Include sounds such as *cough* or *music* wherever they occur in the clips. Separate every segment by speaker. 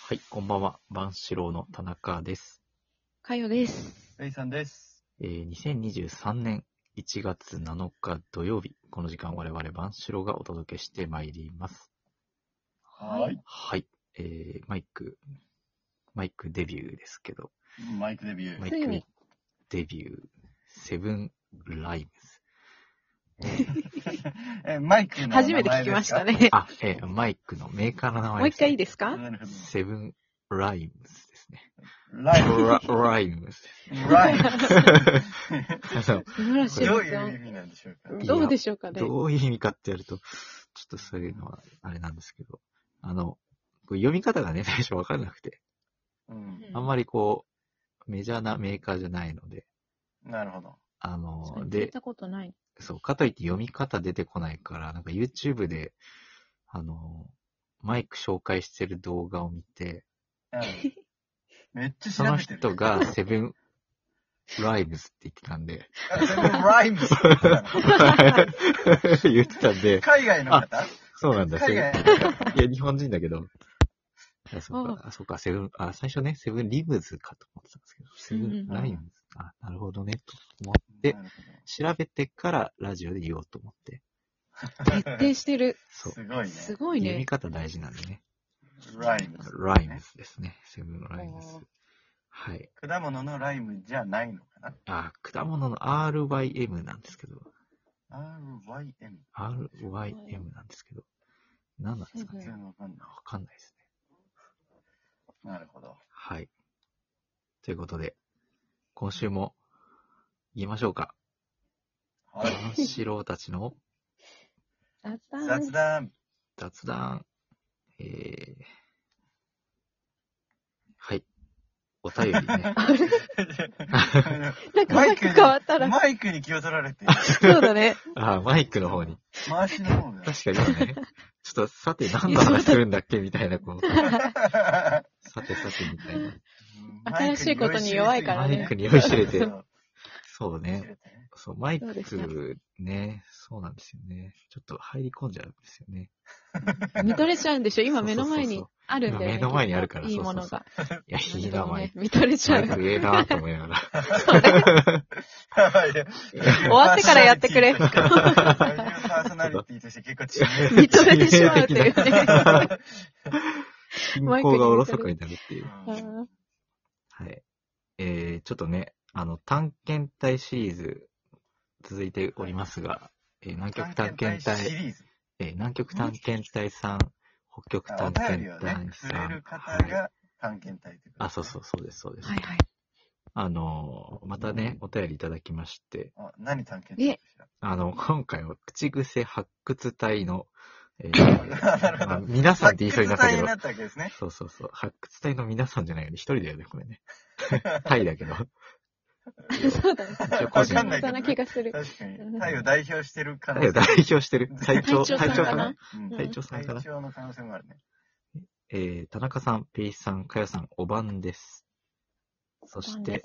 Speaker 1: はい、こんばんは。万志郎の田中です。
Speaker 2: かよです。
Speaker 3: レイさんです。
Speaker 1: えー2023年1月7日土曜日、この時間我々万志郎がお届けしてまいります。
Speaker 2: は
Speaker 3: はいい。
Speaker 1: はい、えーマイク、マイクデビューですけど、
Speaker 3: マイクデビュ
Speaker 1: マ
Speaker 3: ー。
Speaker 1: イ
Speaker 2: つい
Speaker 1: ク
Speaker 2: に
Speaker 1: デビュー、セブンライムズ。
Speaker 3: え、マイクの名前
Speaker 2: 初めて聞きました
Speaker 3: です
Speaker 2: ね。
Speaker 1: あ、えーマイクのメーカーの名
Speaker 2: *laughs* も
Speaker 1: 前で
Speaker 2: う一
Speaker 1: すね、
Speaker 2: 回いいです
Speaker 3: か。
Speaker 2: か
Speaker 3: なるほど。
Speaker 1: セブンライムズですね。
Speaker 3: ライブ。
Speaker 1: ラライムズ
Speaker 3: ライ
Speaker 1: です。あの
Speaker 2: 素晴らしい *laughs*
Speaker 3: ブ。ど
Speaker 2: です
Speaker 3: ういう意
Speaker 2: よ。
Speaker 3: 味なんでしょうか。
Speaker 2: どうでしょうかね。
Speaker 1: どういう意味かってやると、ちょっとそういうのはあれなんですけど、あの、こう読み方がね、最初わかんなくて、
Speaker 3: うん。
Speaker 1: あんまりこう、メジャーなメーカーじゃないので、
Speaker 3: なるほど。
Speaker 1: あ
Speaker 2: それ
Speaker 1: の、
Speaker 2: 聞い
Speaker 1: で、
Speaker 2: たこ
Speaker 1: *laughs*
Speaker 2: とない。
Speaker 1: そう、かといって読み方出てこないから、なんか YouTube で、あの、マイク紹介してる動画を見て、
Speaker 3: うんめっちゃ
Speaker 1: そ
Speaker 3: 調
Speaker 1: の
Speaker 3: べてる。
Speaker 1: 人がセブンライブズって言ってたんで、
Speaker 3: あ、全部ラ
Speaker 2: *laughs*
Speaker 3: イムズって言ったの。
Speaker 1: 言ってたんで、
Speaker 3: 海外の方
Speaker 1: そうなんだ、
Speaker 3: 海外の
Speaker 1: いや、日本人だけど。あそう
Speaker 2: あ
Speaker 1: か、あそうか、セブン、あ、最初ね、セブンリブズかと思ってたんですけど、セブ
Speaker 2: うんう
Speaker 1: ン
Speaker 2: ん
Speaker 1: ラインズ。あ、なるほどね、と思って、
Speaker 3: なる
Speaker 1: 調べてからラジオで言おうと思って。
Speaker 3: ほ
Speaker 2: 徹
Speaker 3: ど
Speaker 2: 底してる。
Speaker 1: そう。
Speaker 3: *laughs* すごいね。
Speaker 2: すごい
Speaker 1: 読み
Speaker 2: ね。
Speaker 1: 方大事なんでね。
Speaker 3: ライムズ。
Speaker 1: ライムズですね。セブンライムズ
Speaker 2: おー。
Speaker 1: はい。
Speaker 3: 果物のライムじゃないのかな
Speaker 1: あ、果物の RYM なんですけど、
Speaker 3: ?RYM。
Speaker 1: RYM なんですけど、何なんですか
Speaker 2: う
Speaker 3: 全
Speaker 1: ね。
Speaker 3: 然わかんな
Speaker 1: わかんないですね。
Speaker 3: い。なるほど。
Speaker 1: はい。ということで、今週も、言いましょうか。
Speaker 3: はい。
Speaker 2: *laughs*
Speaker 1: 三四郎たちの
Speaker 2: あった *laughs*
Speaker 3: 雑談。 *laughs*
Speaker 1: 雑談、えー、はい。お便り
Speaker 2: *laughs*
Speaker 1: ね。
Speaker 2: なんかさっき変わったら、
Speaker 3: マイクに気を取られて、
Speaker 2: そう
Speaker 1: *laughs*
Speaker 2: だね。
Speaker 1: あー、マイクの方に。
Speaker 3: 回しの方が。
Speaker 1: 確かに今ね、ちょっとさて何の話するんだっけみたいな、こう、さてさてみたいな。
Speaker 2: 新しいことに弱いからね
Speaker 1: マイクに酔いしれて
Speaker 3: そう
Speaker 1: そうね。そう、マイ
Speaker 2: そうです
Speaker 1: クね、そうなんですよね。ちょっと入り込んじゃうんですよね。
Speaker 2: 見とれちゃうんでしょ今
Speaker 1: そう
Speaker 2: 目
Speaker 1: そうそう
Speaker 2: の前にあるんだよね。
Speaker 1: 今目の前にあるから
Speaker 2: いいもの
Speaker 1: そ
Speaker 2: が。
Speaker 1: いや、いい
Speaker 2: な
Speaker 1: な、
Speaker 2: んか
Speaker 1: マイ
Speaker 2: ね
Speaker 1: ク。
Speaker 2: *laughs* 見とれちゃ
Speaker 1: マ
Speaker 2: う
Speaker 1: イ。クええなと思いながら。
Speaker 3: 終
Speaker 2: 終わってからやってくれ
Speaker 3: パーソナリティとして結構違う。
Speaker 2: 見とれてしまうと
Speaker 1: *laughs*
Speaker 2: いうね。 *laughs*
Speaker 1: 進行がおろそかになるっていう。
Speaker 2: うん
Speaker 1: はい。えー、ちょっとね、あの、探検隊シリーズ続いておりますが、えー南極探検
Speaker 3: シ
Speaker 1: 隊、
Speaker 3: リーズ。
Speaker 1: えー南極探検隊さん、北極
Speaker 3: お
Speaker 1: 探
Speaker 3: 便りを
Speaker 1: 検
Speaker 3: ね
Speaker 1: 隊、
Speaker 3: く
Speaker 1: さ
Speaker 3: れ
Speaker 1: ん、
Speaker 3: る方
Speaker 1: はい、
Speaker 3: が探検隊という
Speaker 1: あ、そうそう、そうです、そうです。
Speaker 2: はいはい。
Speaker 1: あのー、またね、お便りいただきまして、
Speaker 3: う。何探検隊
Speaker 1: あの、今回は口癖発掘隊の、えー
Speaker 3: な *laughs* るほ
Speaker 1: まあ
Speaker 3: ど。
Speaker 1: 皆さんって言いそうになったけ
Speaker 3: に
Speaker 1: ど
Speaker 3: な、ったわけですね。
Speaker 1: そうそうそう。発掘隊の皆さんじゃないよね。一人だよね、これね。 *laughs* タイだけど。
Speaker 2: *laughs* そうだね。
Speaker 1: 一応個
Speaker 3: わ
Speaker 1: 人
Speaker 3: かん
Speaker 1: の
Speaker 3: な。い
Speaker 2: そんな気がする。
Speaker 3: 確かに。タイを代表してる可
Speaker 1: タ
Speaker 3: 能
Speaker 1: イを
Speaker 3: 性
Speaker 1: 代表して
Speaker 3: *laughs*
Speaker 1: る。隊長、
Speaker 2: 隊長さん
Speaker 1: 隊長か
Speaker 2: か
Speaker 1: な
Speaker 2: な
Speaker 1: 隊長さんかな
Speaker 3: 隊長の可能性もあるね。
Speaker 1: えー、田中さん、ペイさん、かやさん、お晩です。そし
Speaker 2: お晩
Speaker 1: て
Speaker 2: で、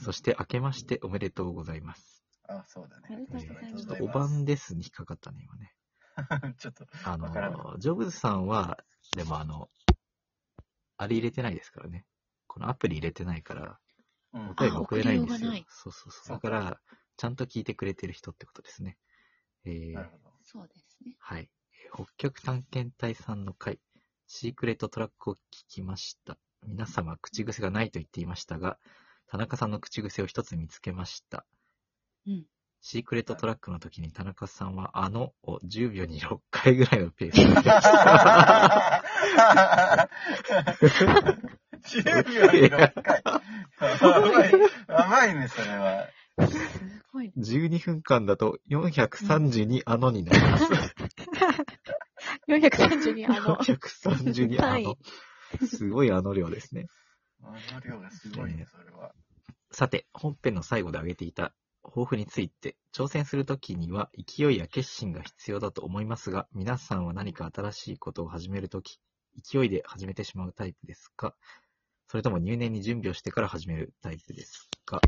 Speaker 1: そして、明けましておめでとうございます。
Speaker 3: あ、そうだ
Speaker 2: あ
Speaker 3: ね
Speaker 2: り。
Speaker 1: え
Speaker 2: がとうござい
Speaker 1: ー
Speaker 2: ます
Speaker 1: ちょっとお晩ですに引っかかったね、今ね。
Speaker 3: ちょっと、
Speaker 1: あ
Speaker 3: わからな
Speaker 1: の、ジョブズさんは、でもあの、あれ入れてないですからね。このアプリ入れてないから、
Speaker 3: うん
Speaker 1: お便り送れないんです
Speaker 2: あ送りよ
Speaker 1: よ
Speaker 2: うがない。
Speaker 1: そうそうそ。
Speaker 3: そうう
Speaker 1: だから、ちゃんと聞いてくれてる人ってことですね。えー
Speaker 3: なるほど。
Speaker 2: そうですね。
Speaker 1: はい。えー北極探検隊さんの回、シークレットトラックを聞きました。皆様、口癖がないと言っていましたが、田中さんの口癖を一つ見つけました。
Speaker 2: うん
Speaker 1: シークレットトラックの時に田中さんは、あのを10秒に6回ぐらいのペースで言
Speaker 2: *laughs*
Speaker 1: ってました。
Speaker 3: 10秒に6回。甘い、甘いね、それは。
Speaker 2: *laughs* すごいね。
Speaker 1: 12分間だと432あのになります。
Speaker 2: 432、あ
Speaker 1: *laughs*
Speaker 2: の、
Speaker 1: 432あの。すごいあの量ですね。
Speaker 3: あの量がすごいね、それは。
Speaker 1: さて、本編の最後で挙げていた抱負について、挑戦するときには勢いや決心が必要だと思いますが、皆さんは何か新しいことを始めるとき、勢いで始めてしまうタイプですかそれとも入念に準備をしてから始めるタイプですか、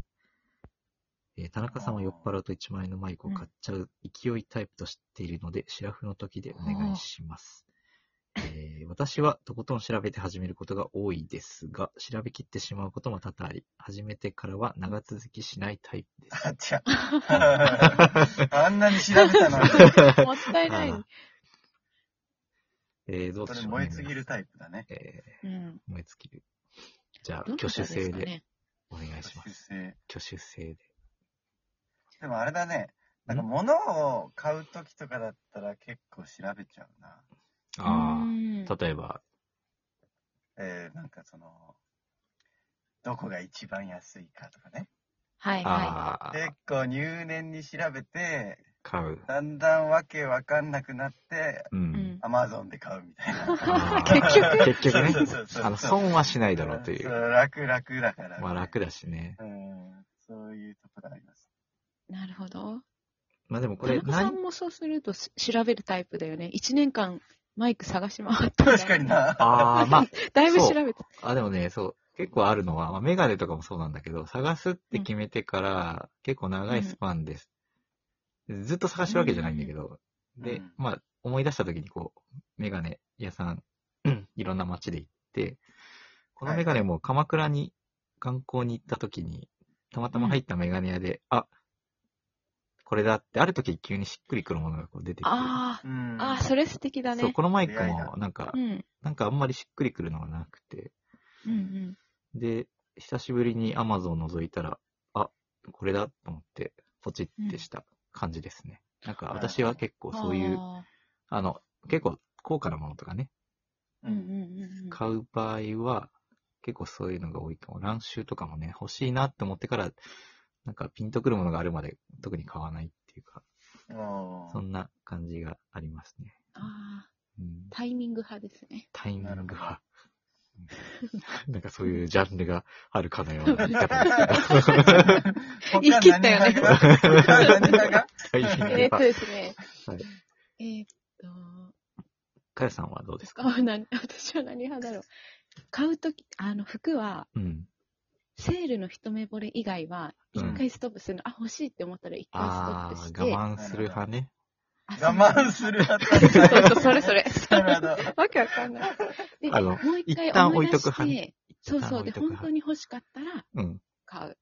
Speaker 1: えー田中さんは酔っ払うと1万円のマイクを買っちゃう勢いタイプと知っているので、シラフの時でお願いします。えー私はとことん調べて始めることが多いですが、調べきってしまうことも多々あり、始めてからは長続きしないタイプ
Speaker 2: *laughs*
Speaker 1: です。
Speaker 3: あっちゃ。あんなに調べたのに、
Speaker 2: もったいない。
Speaker 1: あーえー、どう
Speaker 3: そ
Speaker 1: で
Speaker 3: れ
Speaker 1: しょう、ね。
Speaker 3: 燃えすぎるタイプだね。
Speaker 1: え
Speaker 2: うん。
Speaker 1: ー燃え尽きる。じゃあ、
Speaker 2: どなた
Speaker 1: 挙手制
Speaker 2: すか
Speaker 1: で
Speaker 2: ね。
Speaker 1: お願いします。
Speaker 3: で
Speaker 1: 挙手制で。
Speaker 3: もあれだね、なんか
Speaker 1: ん
Speaker 3: 物を買うときとかだったら結構調べちゃうな。
Speaker 1: あ
Speaker 2: あ
Speaker 1: あ、例えば、
Speaker 3: えー、なんかその、どこが一番安いかとかね。
Speaker 2: はいは
Speaker 1: ああ、
Speaker 3: 結構入念に調べて、
Speaker 1: 買う。
Speaker 3: だんだんわけわかんなくなって、
Speaker 1: う
Speaker 2: い。うん
Speaker 1: ん。。
Speaker 3: アマゾンで買うみたいな。
Speaker 1: あー
Speaker 2: *laughs* 結局
Speaker 1: 結局ね
Speaker 3: そうそうそうそう
Speaker 1: あの、損はしないだろうとい。
Speaker 3: そうう楽楽だから、
Speaker 1: まあ楽だしね。
Speaker 3: うん。そういうところあります。
Speaker 2: なるほど。
Speaker 1: まあでもこ
Speaker 2: 田
Speaker 1: れ、
Speaker 2: 中さん
Speaker 1: 何
Speaker 2: もそうするとし調べるタイプだよね。一年間マイク探し回ったんだよ
Speaker 3: 確かにな。
Speaker 1: ああ、まあ、
Speaker 2: だいぶ
Speaker 1: そう
Speaker 2: 調べた。
Speaker 1: あ、でもね、そう、結構あるのは、まあ、メガネとかもそうなんだけど、探すって決めてから、結構長いスパンです。ずっと探してるわけじゃないんだけど、
Speaker 3: うんう
Speaker 1: で
Speaker 3: ん、
Speaker 1: まあ、思い出した時にこう、メガネ屋さん、いろんな街で行って、このメガネも鎌倉に観光に行った時に、たまたま入ったメガネ屋で、あ、これだって、ある時急にしっくりくるものがこう出てきて、
Speaker 2: あ
Speaker 3: うん
Speaker 2: あ、ああ、それ素敵だ
Speaker 1: そう、
Speaker 2: ね。
Speaker 1: このマイク
Speaker 3: 出会いだ
Speaker 1: もなんか
Speaker 2: う、ん。
Speaker 1: なんかあんまりしっくりくるのがなくて、
Speaker 2: うんうん。
Speaker 1: で、久しぶりに Amazon を覗いたら、あ、これだと思って、ポチってした感じですね。なんか私は結構そういう、
Speaker 2: あ
Speaker 1: あの、結構高価なものとかね、
Speaker 2: ー。うんうんうんうん。
Speaker 1: 買う場合は、結構そういうのが多いかも。乱臭とかもね、欲しいなって思ってから、なんかピンとくるものがあるまで特に買わないっていうか、
Speaker 3: おー *laughs*
Speaker 1: そんな感じがありますね。
Speaker 2: ああ、
Speaker 1: うん、
Speaker 2: タイミング派ですね。
Speaker 1: タイミング
Speaker 3: なるほ
Speaker 1: が、うん *laughs* なんかそういうジャンルがあるかのような言い方
Speaker 3: *laughs*
Speaker 1: ですけど。
Speaker 3: 他
Speaker 2: 言い切ったよね
Speaker 3: 何が他何が
Speaker 1: タイミングが
Speaker 2: えーっとですね。
Speaker 1: はい
Speaker 2: えーっと、
Speaker 1: かやさんはどうですか
Speaker 2: あな私は何 *laughs* 派だろう。買うとき、あの、服は、
Speaker 1: うん。
Speaker 2: セールの一目惚れ以外は、
Speaker 1: う
Speaker 2: 一
Speaker 1: ん
Speaker 2: 回ストップするの、あ、欲しいって思ったら一回ス
Speaker 1: あ
Speaker 2: トップし
Speaker 1: あ、
Speaker 2: て。
Speaker 1: 我慢する派ね。
Speaker 2: あそう
Speaker 3: *laughs* 我慢するやつ
Speaker 2: そうそう、それそれ。
Speaker 3: なるほど
Speaker 2: わけわかんない。で、
Speaker 1: あの
Speaker 2: もう一回
Speaker 1: 一旦
Speaker 2: 思い出
Speaker 1: 置いとく
Speaker 2: して、
Speaker 1: 派ね
Speaker 2: そうそう、で、
Speaker 1: 一旦置いと
Speaker 2: 本
Speaker 1: く
Speaker 2: 当に欲しかったら
Speaker 1: うん。
Speaker 2: 買う。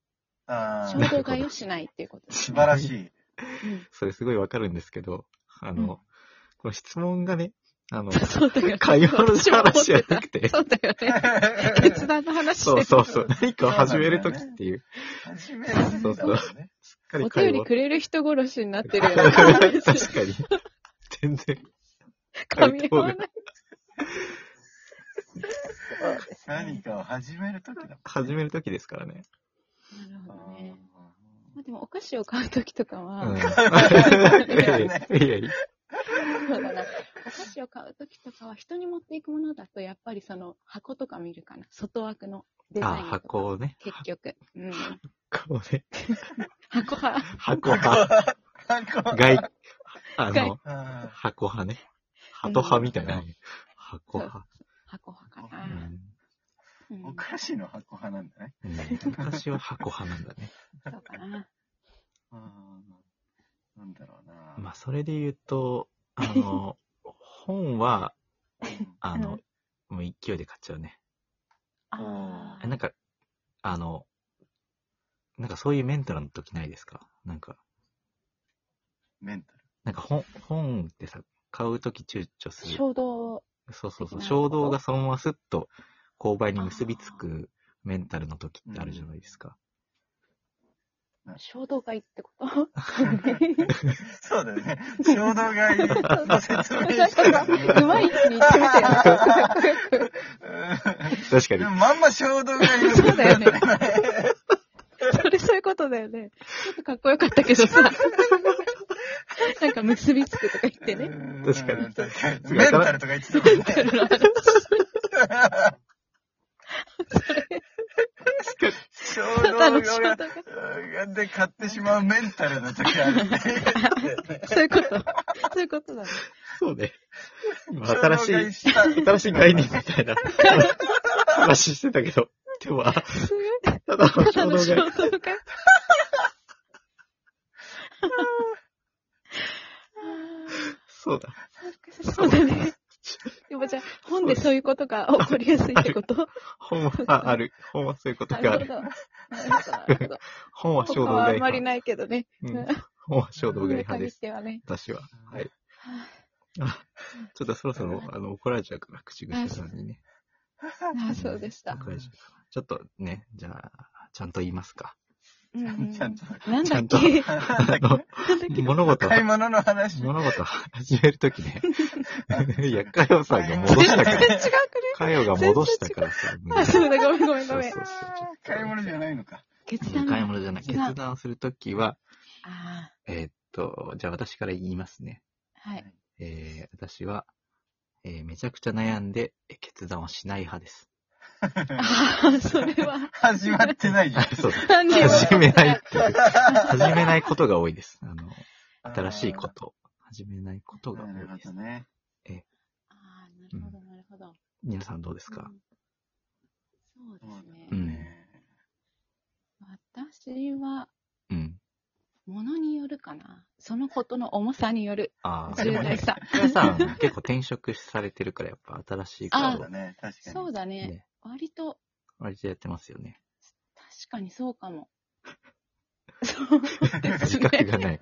Speaker 3: あ
Speaker 2: 衝
Speaker 3: ー
Speaker 2: 動買いをしないっていうことです。
Speaker 3: 素晴らし
Speaker 2: *laughs*
Speaker 3: い。
Speaker 1: *laughs*
Speaker 2: うん
Speaker 1: それすごいわかるんですけど、あの、
Speaker 2: うん
Speaker 1: この質問がね、あの、
Speaker 2: そうだよね。
Speaker 1: 会話の話じゃなくて
Speaker 2: そうだよ
Speaker 1: *laughs*
Speaker 2: ね。決断の話
Speaker 1: そうそう
Speaker 2: う。
Speaker 1: そう、何かを始めるときっていう、
Speaker 3: 初めて聞いたもんね
Speaker 1: そうすっかり
Speaker 2: お
Speaker 1: 会
Speaker 2: 便
Speaker 1: 話
Speaker 2: りくれる人殺しになってるよね。
Speaker 1: *laughs* 確かに。全然。
Speaker 2: 噛み合わ
Speaker 1: *laughs*
Speaker 2: ない。
Speaker 3: 何かを始めるときだ
Speaker 1: 始めるときですからね。
Speaker 2: なるほ
Speaker 3: も
Speaker 2: ど
Speaker 3: ん
Speaker 2: ね
Speaker 3: ね。。
Speaker 2: まあでもお菓子を買うときとか
Speaker 1: う
Speaker 2: は *laughs*
Speaker 1: ん。い、や
Speaker 3: や
Speaker 1: い
Speaker 3: い
Speaker 1: や
Speaker 3: や
Speaker 1: いやいや。
Speaker 2: そうだな。お菓子を買うときとかは、人に持っていくものだと、やっぱりその箱とか見るかな。外枠のデザ
Speaker 1: あ
Speaker 2: インとか。
Speaker 1: 箱をね。
Speaker 2: 結局。うん。
Speaker 1: 箱をね。
Speaker 2: 箱派。
Speaker 1: 箱派。
Speaker 3: なんか
Speaker 1: 外、あの
Speaker 2: 外、
Speaker 3: あ
Speaker 1: 箱派ね。ハト派みたいな。箱派。
Speaker 2: 箱派か
Speaker 1: う
Speaker 2: な。
Speaker 1: ん
Speaker 2: う
Speaker 3: ーお
Speaker 2: ん。
Speaker 3: 菓子の箱派なんだね。
Speaker 1: うん昔は箱派なんだね。
Speaker 2: そうかな。
Speaker 3: あーなんだろうな。
Speaker 1: まあ、それで言うと、あの、本は、
Speaker 3: うん
Speaker 1: あの、
Speaker 2: う
Speaker 1: もう勢いで買っちゃうね。
Speaker 2: あ
Speaker 1: なん
Speaker 2: あ。
Speaker 1: か、あの、なんかそういうメンタルの時ないですかなんか、
Speaker 3: メンタル。
Speaker 1: なんか本、本ってさ、買う時躊躇する。
Speaker 2: 衝動。
Speaker 1: そうそうそう。
Speaker 2: 的な
Speaker 1: 衝動がそのまますっと購買に結びつくメンタルの時ってあるじゃないですか。
Speaker 2: 衝動買いってこと
Speaker 1: *laughs*
Speaker 3: そうだよね。衝動買いの説明
Speaker 2: なん
Speaker 3: し
Speaker 2: か
Speaker 3: た
Speaker 2: さ、うまい人に言ってみてるな。
Speaker 1: 確か
Speaker 3: でもまんま衝動買いの
Speaker 2: そうだよね。それそういうことだよね。ちょっとかっこよかったけどさ。なんか結びつくとか言ってね。
Speaker 3: うん
Speaker 1: 確かに
Speaker 3: 確かにメンタルとか言ってたもんね。
Speaker 2: *laughs* た
Speaker 3: 衝
Speaker 2: だの
Speaker 3: 動
Speaker 2: 衝動
Speaker 3: が
Speaker 2: 買い。
Speaker 3: で買ってしまうメンタルの時あるね。
Speaker 2: そういうこと。そういうことだね。
Speaker 1: そうね。今新しい、
Speaker 3: 衝動買
Speaker 1: 新しい概念
Speaker 3: い
Speaker 1: みたいな話してたけど、でも、あ
Speaker 2: すごい。
Speaker 1: ただの
Speaker 2: た
Speaker 1: 衝
Speaker 2: だ
Speaker 1: 動
Speaker 2: の衝
Speaker 1: 買い。
Speaker 2: 動買い。
Speaker 1: そうだ。
Speaker 2: そうだね。でもじゃあ、本でそういうことが起こりやすいってこと
Speaker 1: 本
Speaker 2: *laughs*
Speaker 1: はある。本はそういうことがあ
Speaker 2: なる
Speaker 1: る。
Speaker 2: ほど。なるほどなるほど。
Speaker 1: 本は衝
Speaker 2: 他
Speaker 1: 動
Speaker 2: はあ
Speaker 1: 買
Speaker 2: ん
Speaker 1: い
Speaker 2: ま
Speaker 1: 派。
Speaker 2: りないけどね。
Speaker 1: うん本は衝動買い派です。
Speaker 2: てはね。
Speaker 1: 私は。はい。あ、 *laughs* ちょっとそろそろ、あの、怒られちゃうから、口癖さんにね。
Speaker 2: ああ、そうでした。
Speaker 1: 怒られちゃうから。ちょっとね、じゃあ、ちゃんと言いますか。
Speaker 2: うんうん
Speaker 3: *laughs* ちゃんと
Speaker 2: なんだっ
Speaker 1: ちゃんと
Speaker 2: け
Speaker 3: なんだ
Speaker 1: あ
Speaker 3: っ
Speaker 1: の
Speaker 3: け、
Speaker 1: 物事を、
Speaker 3: 買い物の話。
Speaker 1: 物事を始めるとき
Speaker 2: *laughs*
Speaker 1: ね、いや、かよさんが戻したから、
Speaker 2: 違うくね
Speaker 1: かよが戻したからさ、も
Speaker 2: あ、
Speaker 1: う
Speaker 2: そうだ、ごめんごめんごめん
Speaker 1: そう。そうそう
Speaker 3: 買い物じゃないのか。
Speaker 2: 決断。
Speaker 1: 買い物じゃない。
Speaker 2: 決断
Speaker 1: 決断するときは、
Speaker 2: あ
Speaker 1: えーっと、じゃあ私から言いますね。
Speaker 2: あ、はい。
Speaker 1: えー、私は、えーめちゃくちゃ悩んで、え決断をしない派
Speaker 3: *laughs*
Speaker 1: です。
Speaker 2: ああ、それは。
Speaker 3: 始まってないじゃん。
Speaker 1: そうだ
Speaker 2: なんで
Speaker 1: *laughs* 始めないっていう。始めないことが多いです。あの、新しいこ
Speaker 3: あ
Speaker 1: とを始めないこと
Speaker 3: ー。
Speaker 1: が
Speaker 3: なる
Speaker 1: 多い
Speaker 3: ほ
Speaker 1: です
Speaker 3: ど。ね。
Speaker 2: ああ、なるほど、なるほど。
Speaker 1: 皆さんどうですか、
Speaker 2: うんそうですね。
Speaker 1: うん
Speaker 2: 私は、
Speaker 1: うん、
Speaker 2: ものによるかな。そのことの重さによる。
Speaker 1: ああ、で
Speaker 2: 重
Speaker 1: もね
Speaker 2: 大、さ。
Speaker 1: 皆さん結構転職されてるから、やっぱ新しいこ
Speaker 3: そう
Speaker 1: とを
Speaker 3: だね、確かに。
Speaker 2: そうだね。
Speaker 1: ね、
Speaker 2: 割と、
Speaker 1: 割とやってますよね。
Speaker 2: 確かにそうかも。そうで
Speaker 1: 自
Speaker 2: すね。
Speaker 1: 覚がない。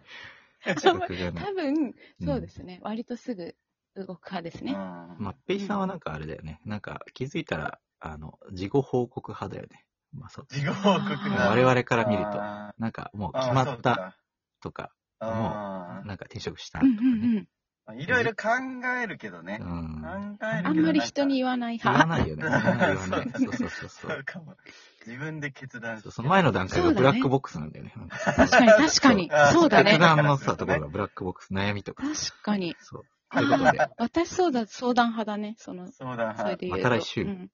Speaker 1: 自
Speaker 2: あんま
Speaker 1: 覚がない。
Speaker 2: *laughs* 多分、そうですね。割とすぐ動く派ですね。
Speaker 1: まっぺいさんはなんかあれだよね。なんか気づいたら、あの、事後報告派だよね。まあそう。
Speaker 3: 自己報告
Speaker 2: あー
Speaker 3: な。
Speaker 1: 我々から見ると、
Speaker 3: あ
Speaker 1: なんかもう
Speaker 3: ー
Speaker 1: 決まった。とか、
Speaker 3: あーそうか
Speaker 1: なんか転職した
Speaker 2: う
Speaker 1: と
Speaker 2: ん
Speaker 1: か
Speaker 2: うん
Speaker 1: ね。
Speaker 2: うん。
Speaker 3: あーいろいろ考えるけどね
Speaker 1: う。
Speaker 3: 考
Speaker 1: ん。
Speaker 3: えるけど。
Speaker 2: あんまり人に言わない
Speaker 1: 言わ
Speaker 2: 派。
Speaker 1: ないよね。言わない言わない。
Speaker 3: そ
Speaker 1: そうう
Speaker 3: だね
Speaker 1: そうそうそ
Speaker 3: そう
Speaker 1: *laughs* う。
Speaker 3: かも。自分で決断
Speaker 1: そう
Speaker 3: し
Speaker 1: その前の段階が
Speaker 2: そうだ
Speaker 1: ブ
Speaker 2: ね
Speaker 1: ラックボックスなんだよね。なんか
Speaker 2: 確かに確かに
Speaker 3: あ。ー
Speaker 2: そうだ
Speaker 1: 決
Speaker 2: ね。
Speaker 1: 断のさ、ところがブラックボックス、悩みとか。
Speaker 2: 確かに。
Speaker 1: そう。
Speaker 2: あ
Speaker 1: ということで
Speaker 2: ー私そうだ、相談派だね。その、
Speaker 3: そうだ、
Speaker 2: それで言うと。
Speaker 1: また来週
Speaker 2: うん